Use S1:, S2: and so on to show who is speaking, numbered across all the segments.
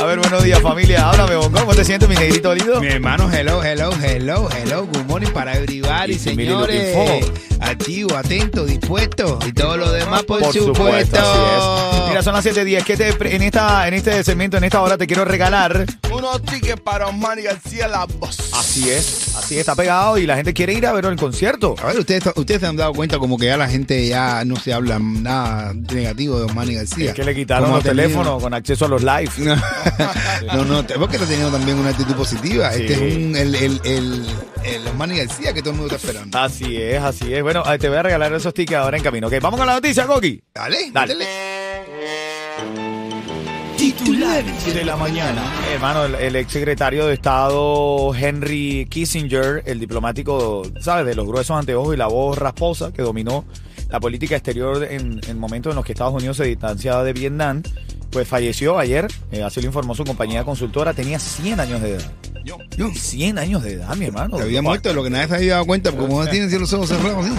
S1: A ver, buenos días, familia. Háblame, Bongo. ¿Cómo te sientes, mi negrito lindo?
S2: Mi hermano, hello, hello, hello, hello, good morning para everybody,
S1: Y si mire lo que
S2: señores. Activo, atento, dispuesto y todo lo demás, por,
S1: Por
S2: supuesto.
S1: supuesto, así es. Mira, son las 7.10. ¿Qué te, pre- en, esta, en este segmento, en esta hora, te quiero regalar?
S3: Unos tickets para Osman y García La Voz.
S1: Así es. Así está pegado y la gente quiere ir a ver el concierto.
S2: A ver, ustedes, ustedes se han dado cuenta como que ya la gente ya no se habla nada negativo de Osmani García.
S1: Es que le quitaron
S2: Como
S1: los
S2: ha tenido-
S1: teléfonos con acceso a los live.
S2: No, no, no, te- porque está teniendo también una actitud positiva.
S1: Sí.
S2: Este es un, el, el, el, el Osmani García que todo el mundo está esperando.
S1: Así es, así es. Bueno, eh, te voy a regalar esos tickets ahora en camino. Ok, vamos con la noticia, Coqui.
S2: Dale,
S1: Dale.
S2: métele.
S1: Titulares de la mañana. Hermano, el, el exsecretario de Estado Henry Kissinger, el diplomático, ¿sabes? De los gruesos anteojos y la voz rasposa que dominó la política exterior en, en momentos en los que Estados Unidos se distanciaba de Vietnam, pues falleció ayer, eh, así lo informó su compañía consultora, tenía 100 años de edad.
S2: Yo.
S1: 100 años de edad, mi hermano.
S2: Te había muerto, lo que nadie se había dado cuenta, porque como no tienen los ojos cerrados, ¿sí?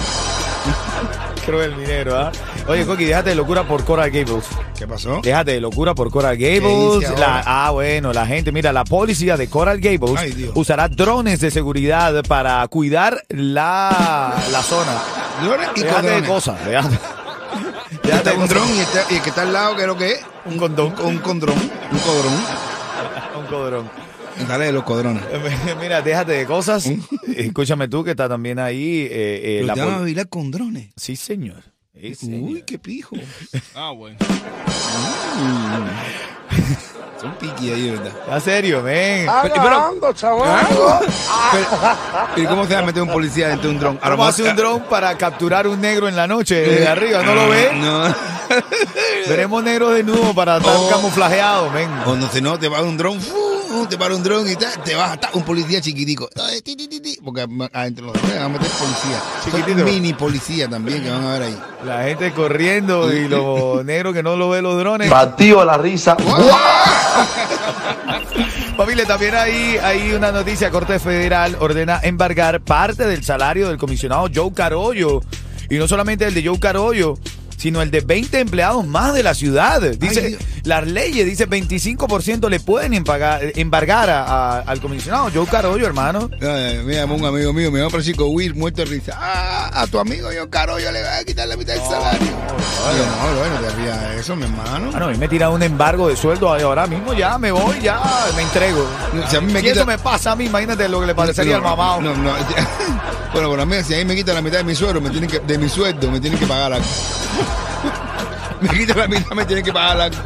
S1: Cruel minero, ¿ah? Oye, Coqui, déjate de locura por Coral Gables.
S2: ¿qué pasó?
S1: Déjate de locura por Coral
S2: dice
S1: Gables.
S2: ahora?
S1: La- ah, bueno, la gente, mira, la policía de Coral Gables
S2: Ay, Dios.
S1: usará drones de seguridad para cuidar la, la zona.
S2: Dolores y
S1: déjate de
S2: cordones.
S1: cosas, déjate. déjate
S2: Está
S1: de
S2: un
S1: cosas.
S2: dron y, está- y el que está al lado, que es lo que es?
S1: Un condón.
S2: Un condrón. Un codrón.
S1: Un codrón. Eh,
S2: Dale de los codrones.
S1: Mira, déjate de cosas. Escúchame tú que está también ahí eh, eh,
S2: ¿Eh? Los
S1: la
S2: llaman a
S1: pol-
S2: bailar con drones.
S1: Sí, señor. Sí, señor.
S2: Uy, qué pijo.
S3: Ah, bueno.
S2: Son piqui ahí, ¿verdad?
S1: Está serio, ven.
S2: Ah, Pero, ¿Y cómo se va a meter un policía dentro de un dron? A lo
S1: ¿Cómo
S2: mejor-
S1: hace un dron para capturar un negro en la noche desde arriba?
S2: Ah,
S1: ah. ¿No lo ve?
S2: No.
S1: Veremos negros desnudos para estar
S2: Oh.
S1: camuflajeados, men.
S2: O no, si no, te va un dron, ¡fu! te para un dron y tal, te vas a un policía chiquitico. Ay, ti, ti, ti, ti. Porque adentro de los drones van a meter policía. Son
S1: Chiquitito.
S2: Mini policía también que van a ver ahí.
S1: La gente corriendo y los negros que no lo ven los drones.
S3: Batido la risa.
S1: Familia, también hay, hay una noticia. Corte Federal ordena embargar parte del salario del comisionado Joe Carollo. Y no solamente el de Joe Carollo, sino el de 20 empleados más de la ciudad. Dice,
S2: Dios.
S1: las leyes, dice 25% le pueden empagar- embargar a- a- al comisionado Joe Carollo, hermano.
S2: Ay, me llamó eh, un amigo mío, me llamó Francisco Will, muerto de risa. Ah, a tu amigo yo, caro, yo le voy a quitar la mitad del salario. Digo, no, bueno, te hacía eso, mi hermano.
S1: Bueno, a mí me tira un embargo de sueldo ay, ahora mismo, ya me voy, ya me entrego.
S2: Si a mí me
S1: Si
S2: quita-
S1: eso me pasa a mí, imagínate lo que le parecería al mamado.
S2: No, no. bueno, por la mía, si ahí me quitan la mitad de mi sueldo, me tienen que, de mi sueldo, me tienen que pagar algo. me quitan la mitad, me tienen que pagar algo.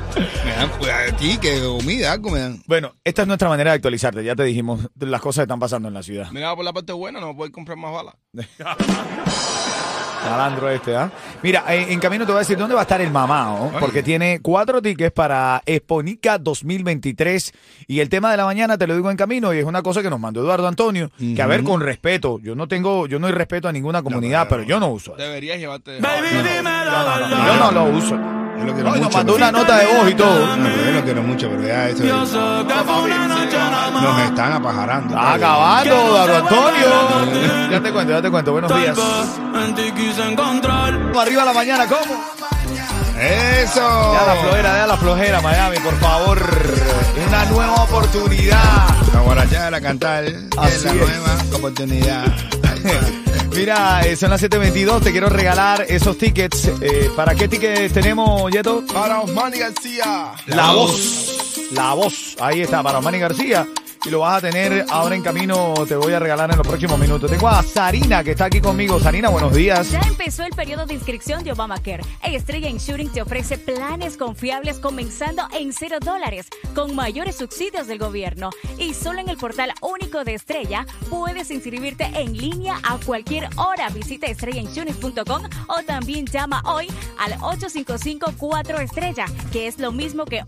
S2: Me dan pues, a ti, que comida, algo me dan.
S1: Bueno, esta es nuestra manera de actualizarte, ya te dijimos las cosas que están pasando en la ciudad.
S3: Mira, por la parte buena, no voy a comprar más balas.
S1: Malandro este, ¿ah? Mira, eh, en camino te voy a decir dónde va a estar el mamao, porque tiene cuatro tickets para Exponica 2023 y el tema de la mañana te lo digo en camino y es una cosa que nos mandó Eduardo Antonio, que a ver con respeto, yo no tengo, yo no respeto a ninguna comunidad, pero yo no uso.
S3: Deberías llevarte.
S1: Yo no lo uso.
S2: Yo lo quiero
S1: No, y nos
S2: mucho.
S1: mandó
S2: pero-
S1: una nota de voz y todo.
S2: No, pero yo lo quiero mucho, pero ya eso. Nos están apajarando. pues.
S1: Está acabando, Eduardo Antonio. Ya te cuento, ya te cuento. Buenos días. Arriba la mañana, ¿cómo? Oh.
S2: ¡Eso!
S1: Ya la flojera, ya la flojera, Miami, por favor. Una nueva oportunidad.
S2: La guarachara, cantar.
S1: Así
S2: es la
S1: es.
S2: nueva oportunidad. Ahí está.
S1: Mira, eh, son las 7.22, te quiero regalar esos tickets. Eh, ¿Para qué tickets tenemos, Yeto?
S3: Para Osman y García.
S1: La voz. La voz. Ahí está, para Manny García. y lo vas a tener ahora en camino. Te voy a regalar en los próximos minutos. Tengo a Sarina que está aquí conmigo. Sarina, buenos días.
S4: Ya empezó el periodo de inscripción de Obamacare. Estrella Insurance te ofrece planes confiables comenzando en cero dólares, con mayores subsidios del gobierno. Y solo en el portal único de Estrella puedes inscribirte en línea a cualquier hora. Visita estrellainsurance.com o también llama hoy al 855-4 Estrella, que es lo mismo que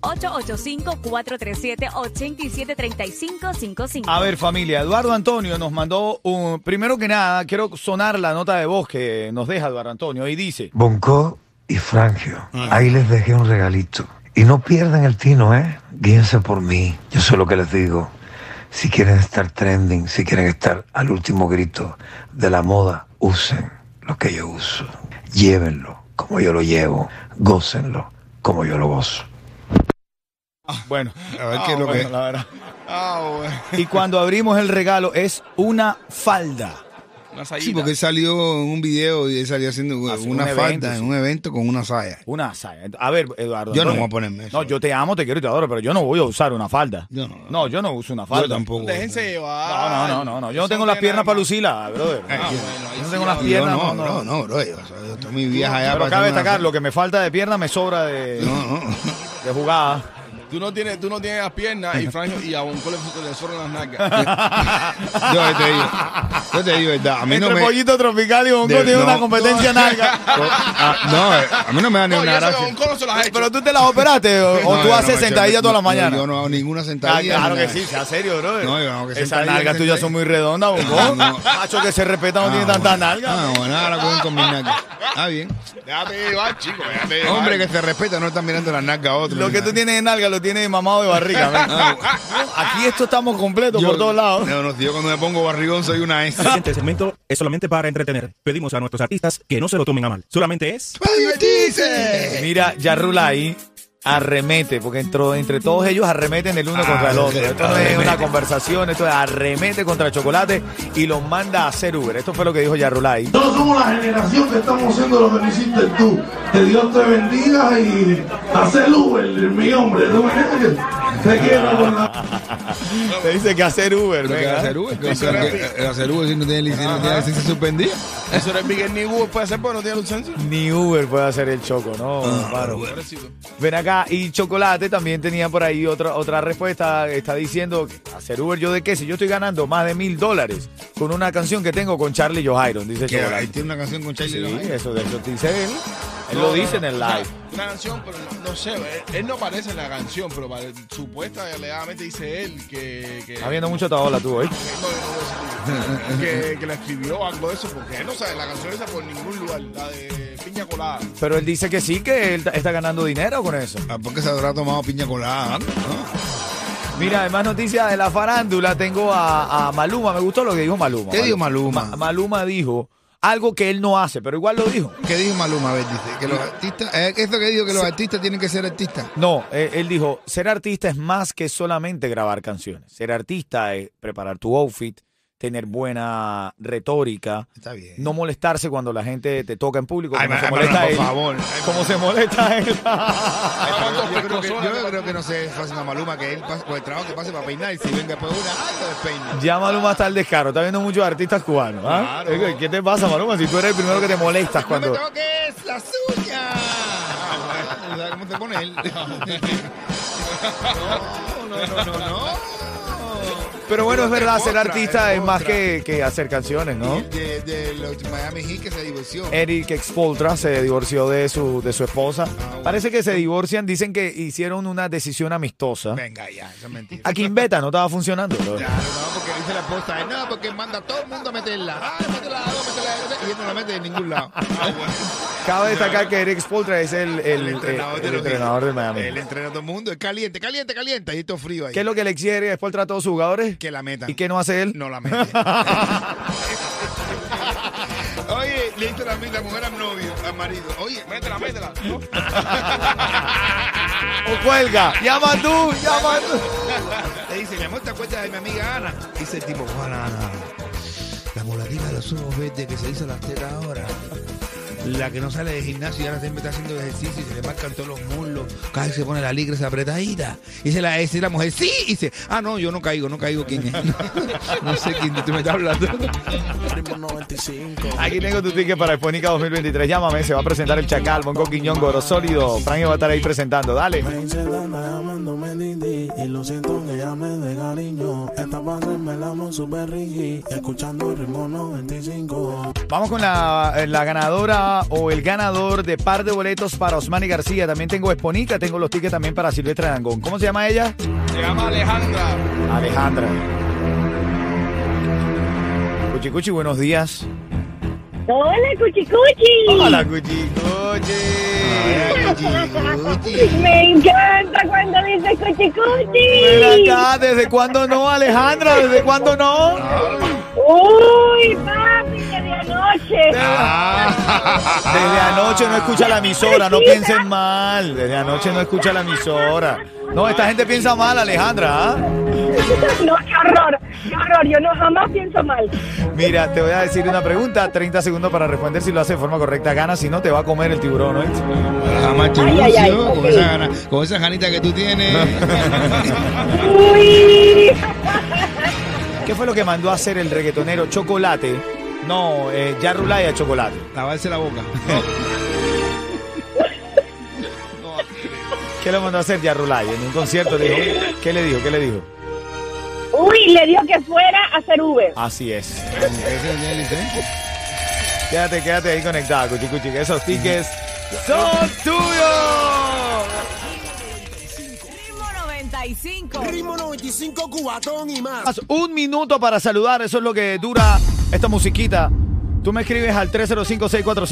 S4: 885-437-873555.
S1: A ver, familia, Eduardo Antonio nos mandó un. Primero que nada, quiero sonar la nota de voz que nos deja Eduardo Antonio y dice:
S5: Bonco y Frangio. Ahí les dejé un regalito. Y no pierdan el tino, ¿eh? Guíense por mí. Yo sé lo que les digo. Si quieren estar trending, si quieren estar al último grito de la moda, usen lo que yo uso. Llévenlo como yo lo llevo. Gócenlo como yo lo gozo.
S1: Bueno,
S2: A ver qué es lo
S1: bueno,
S2: que.
S1: la verdad.
S3: Ah, bueno.
S1: Y cuando abrimos el regalo, es una falda.
S3: Una sayita.
S2: Sí, porque él salió en un video y él salió haciendo
S1: Haciendo
S2: una
S1: un evento,
S2: falda
S1: sí.
S2: en un evento con una saya.
S1: Una saya. A ver, Eduardo.
S2: Yo no
S1: Antonio.
S2: voy a ponerme eso.
S1: No, yo te amo, te quiero y te adoro, pero yo no voy a usar una falda.
S2: Yo no.
S1: yo no uso una falda.
S2: Yo tampoco.
S3: Déjense llevar.
S1: No, no, no, no, no. Yo no
S3: Eso
S1: tengo las
S3: tiene nada
S1: piernas para
S3: más.
S1: lucirla, brother.
S3: Ah,
S1: yo
S3: bueno, ahí
S1: no
S3: sí
S1: tengo
S3: ya
S1: las
S3: va.
S1: piernas,
S2: yo Eh, no,
S1: no,
S2: bro,
S1: no.
S2: no, bro. Yo, o sea, yo estoy mi vieja allá
S1: Pero
S2: para
S1: cabe
S2: hacerme
S1: destacar,
S2: una-
S1: lo que me falta de pierna me sobra de,
S2: No, no.
S1: de jugada.
S3: Tú no tienes, tú no tienes las piernas y Franjo y a Bonco le, le sobran las nalgas.
S2: Yo te digo, yo te digo, verdad, a mí no
S1: Entre
S2: me.
S1: pollito tropical y bongo
S2: de-
S1: tiene una
S2: no.
S1: competencia nalga.
S2: Ah, no, eh, a mí no me da ni
S3: No, y
S2: una
S3: eso
S2: gracia.
S3: que Bonco no se las ha hecho.
S1: Pero tú te las operaste o, o
S2: No,
S1: tú
S2: yo
S1: haces
S2: no, yo-
S1: sentadilla todas las
S2: no,
S1: mañanas.
S2: Yo no hago ninguna
S1: Ah,
S2: sentadilla.
S1: claro
S2: ni
S1: que
S2: nada.
S1: sí, sea serio, brother.
S2: No, yo no, que
S1: Esas
S2: sentadilla,
S1: nalgas tuyas
S2: sentadilla.
S1: son muy redondas, bongo.
S2: no.
S1: Macho que se respeta no
S2: Ah,
S1: tiene tantas
S2: bueno.
S1: nalgas.
S2: Ah, bueno, ahora cogen con mis nalgas. Ah, bien.
S3: Déjate llevar, chico, déjate llevar.
S2: Hombre que se respeta, no están mirando las nalgas a otro.
S1: Lo
S2: ni
S1: que
S2: nada.
S1: tú tienes de nalga lo tienes de mamado de barriga. men. Aquí esto estamos completos
S2: Ah, Yo-
S1: por todos lados.
S2: No, no, yo cuando me pongo barrigón soy una S.
S6: El siguiente segmento es solamente para entretener. Pedimos a nuestros artistas que no se lo tomen a mal. Solamente es...
S2: ¡Divertirse!
S1: Pues Mira, ya Rulay arremete, porque entre, entre todos ellos arremeten el uno contra el otro. Esto no es una conversación, esto es arremete contra chocolate y los manda a hacer Uber. Esto fue lo que dijo ya Rulay.
S7: Nosotros somos la generación que estamos haciendo lo que no hiciste tú. Que Dios te bendiga y hacer Uber, mi hombre. ¿no? Te quiero con la...
S1: Te dice que hacer Uber,
S2: Pero que
S1: venga.
S2: hacer Uber, que que- hacer Uber si no tiene licencia, no tiene licencia suspendida.
S3: Eso no es Miguel ni Google puede hacer porque no tiene licencia.
S1: Ni Uber puede hacer el choco, no,
S2: Ah,
S1: hermano.
S3: Pobrecito.
S1: Ven acá, y Chocolate también tenía por ahí otra, otra respuesta. Está diciendo, que hacer Uber yo de qué, si yo estoy ganando más de mil dólares con una canción que tengo con Charlie Johiron, dice
S2: Que ahí
S1: Chocolate.
S2: tiene una canción con
S1: Sí,
S2: Charlie López.
S1: eso, de eso dice él. Él
S3: No,
S1: lo
S3: no,
S1: dice en
S3: no.
S1: el
S3: O sea,
S1: live.
S3: Una canción, pero no, no sé, él, él no parece en la canción, pero pare- supuesta alegadamente dice él que. que
S1: Está viendo mucho tabola tú hoy.
S3: que no, yo no voy a decir que, que la escribió algo de eso, porque él no sabe la canción esa por ningún lugar, la de Piña Colada.
S1: Pero él dice que sí, que él ta- está ganando dinero con eso.
S2: Ah, porque se habrá tomado piña colada. ¿no?
S1: Mira, además noticias de la farándula. Tengo a, a Maluma. Me gustó lo que dijo Maluma.
S2: ¿Qué dijo Maluma?
S1: Ma- Maluma dijo algo que él no hace, pero igual lo dijo.
S2: ¿Qué dijo Maluma? A ver, dice que los artistas. eh, eso que dijo que los artistas tienen que ser artistas.
S1: No, eh, él dijo, ser artista es más que solamente grabar canciones. Ser artista es preparar tu outfit, tener buena retórica,
S2: Está bien.
S1: no molestarse cuando la gente te toca en público,
S2: Ay,
S1: como
S2: ma-
S1: se
S2: ma-
S1: molesta
S2: por
S1: él.
S2: favor.
S1: Como se molesta él.
S2: Ay, pero Ah, yo, creo que, yo creo que no se fácil a Maluma que él pase, con el trabajo que pase para peinar y si venga después una, ay, lo despeina.
S1: Ya Maluma está al descaro, está viendo muchos artistas cubanos. ¿ah?
S2: Claro.
S1: Eh, ¿Qué te pasa, Maluma? Si tú eres el primero que te molestas
S2: ¡No
S1: cuando...
S2: me toques la suya! ¿Sabes cómo se pone él? No, no, no, no, no.
S1: Pero bueno, es verdad,
S2: Es
S1: ser
S2: otra,
S1: artista
S2: es
S1: es más
S2: otra.
S1: que, que hacer canciones, ¿no? Eh,
S2: De, de los Miami Heat que se divorció.
S1: Eric Expoltra se divorció de su, de su esposa. Parece que se divorcian, dicen que hicieron una decisión amistosa.
S2: Venga ya, eso es mentira.
S1: A Kim Beta no estaba funcionando. bro.
S2: Claro, no, porque dice la esposa, no, porque manda a todo el mundo a meterla. Ay, métela, no, métela, métela", y él no la mete de ningún lado. Ah, bueno.
S1: Cabe destacar que Eric Expoltra es el, el-
S2: El entrenador,
S1: el-
S2: de
S1: el
S2: los
S1: entrenador del
S2: Heat.
S1: Miami.
S2: Él entrena a todo el mundo, es caliente, caliente, caliente, y esto frío ahí.
S1: ¿Qué es lo que le exige Eric Expoltra a todos sus jugadores?
S2: Que la metan.
S1: ¿Y qué no hace él?
S2: No la mete. Oye, le hizo la meta a mujer al novio, al marido. Oye,
S3: Métela, métela. ¿no?
S1: ¡O ¡Oh, cuelga! ¡Llama tú! ¡Llama tú!
S2: le dice, mi amor, ¿te acuerdas de mi amiga Ana? Dice el tipo, Juana, Ana, la mulatina de los ojos verdes que se hizo las tetas ahora. La que no sale de gimnasio y ahora siempre está haciendo ejercicio y se le marcan todos los muslos. Cada vez se pone la ligra esa apretadita. Y dice la, dice la mujer, sí. Y dice, ah, no, yo no caigo, no caigo. ¿Quién es? No, sé quién tú me estás hablando.
S1: Aquí tengo tu ticket para Hispónica 2023. Llámame, se va a presentar el Chacal, Bongo Quiñón, Goro Sólido. Frank va a estar ahí presentando. Dale.
S8: Me hice darme llamándome Didi y lo siento que llame de cariño. Esta base me la amo super riggy, escuchando ritmo 95.
S1: Vamos con la, eh, la ganadora o el ganador de par de boletos para Osmani García. También tengo Exponica, tengo los tickets también para Silvestre Dangón. ¿Cómo se llama ella?
S3: Se llama Alejandra.
S1: Alejandra. Cuchi Cuchi, buenos días.
S9: Hola, Cuchicuchi.
S1: Hola, Cuchi Cuchi.
S9: Me encanta cuando dices Cuchicuchi.
S1: Ven acá, ¿desde cuándo no, Alejandra? ¿Desde cuándo no?
S9: Uy, papi, que de anoche.
S1: Desde anoche no escucha la emisora, no piensen mal. Desde anoche no escucha la emisora. No, esta gente piensa mal, Alejandra. ¿ah?
S9: No, qué horror, qué horror. Yo no jamás pienso mal.
S1: Mira, te voy a decir una pregunta, 30 segundos para responder si lo hace de forma correcta, gana, si no te va a comer el tiburón, ¿no?
S2: Amacho
S9: Ay, ay, ay,
S2: Lucio, con,
S9: ok.
S2: esa gana- con esa ganita que tú tienes.
S9: Uy.
S1: ¿Qué fue lo que mandó a hacer el reggaetonero Chocolate? No, eh, Yarulaya Chocolate.
S2: Lavarse la boca.
S1: ¿Qué le mandó a hacer Yarulaya? En un concierto le dijo, ¿qué le dijo? ¿Qué le dijo?
S9: Uy, le dijo que fuera a hacer Uber.
S1: Así es.
S2: Ese es el licencia.
S1: Quédate, quédate ahí conectada, Cuchi Cuchi, que esos tickets son tuyos.
S4: Ritmo 95.
S8: Ritmo 95 cubatón y más.
S1: Más Un minuto para saludar, eso es lo que dura esta musiquita. Tú me escribes al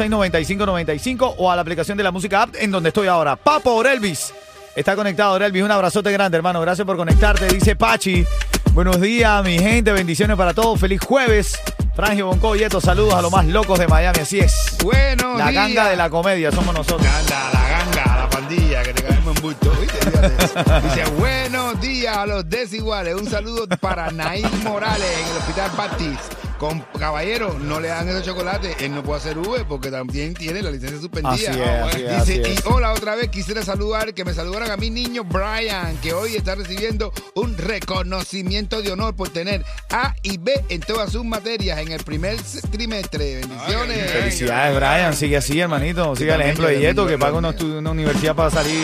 S1: 305-646-9595 o a la aplicación de la música app en donde estoy ahora. Papo Orelvis está conectado. Orelvis, un abrazote grande, hermano. Gracias por conectarte. Dice Pachi. Buenos días, mi gente. Bendiciones para todos. Feliz jueves. Frangio Bonco Yeto, saludos a los más locos de Miami. Así es.
S2: Bueno,
S1: La ganga de la comedia somos nosotros.
S2: Anda, la ganga, la pandilla, que te caemos en bulto, ¿viste? Fíjate eso. Dice, buenos días a los desiguales. Un saludo para Naim Morales en el Hospital Baptist. Con caballero, no le dan esos chocolates. Él no puede hacer V porque también tiene la licencia suspendida. Ah,
S1: Así es, así es,
S2: Dice,
S1: así es.
S2: y hola otra vez, quisiera saludar, que me saludaran a mi niño Brian, que hoy está recibiendo un reconocimiento de honor por tener A y B en todas sus materias en el primer trimestre. Bendiciones.
S1: Felicidades, Brian. Sigue así, hermanito. Sigue el ejemplo de Yeto, que paga una, estu- una universidad para salir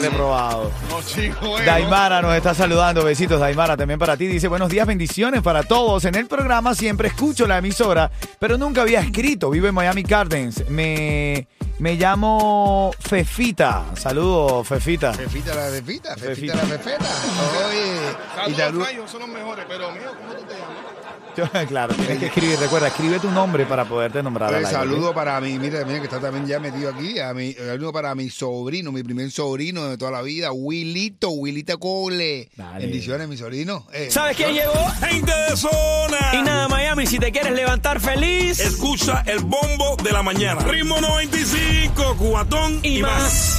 S1: reprobado.
S3: No, chico, bueno.
S1: Daimara nos está saludando. Besitos, Daimara, también para ti. Dice, buenos días, bendiciones para todos. En el programa siempre escucho la emisora, pero nunca había escrito. Vivo en Miami Gardens. Me, me llamo Fefita. Saludos, Fefita.
S2: Fefita la fefita,
S1: Fefita.
S2: fefita la fefeta. Oye, y
S3: Saludos,
S2: saludo-
S3: Cayo, son los mejores, pero mío, ¿cómo tú te llamas?
S1: Yo- claro, tienes que escribir. Recuerda, escribe tu nombre para poderte nombrar. al
S2: oye,
S1: aire, ¿ok?
S2: saludo para mí, mira, mira que está también ya metido aquí, a mi, eh, saludo para mi sobrino, mi primer sobrino de toda la vida, Wilito, Wilita Cole.
S1: Dale.
S2: Bendiciones, mi sobrino. Eh,
S10: ¿Sabes quién llegó?
S8: Gente de zona.
S10: Y nada, Miami, si te quieres levantar feliz
S8: Escucha el bombo de la mañana. Ritmo 95 cubatón y, más.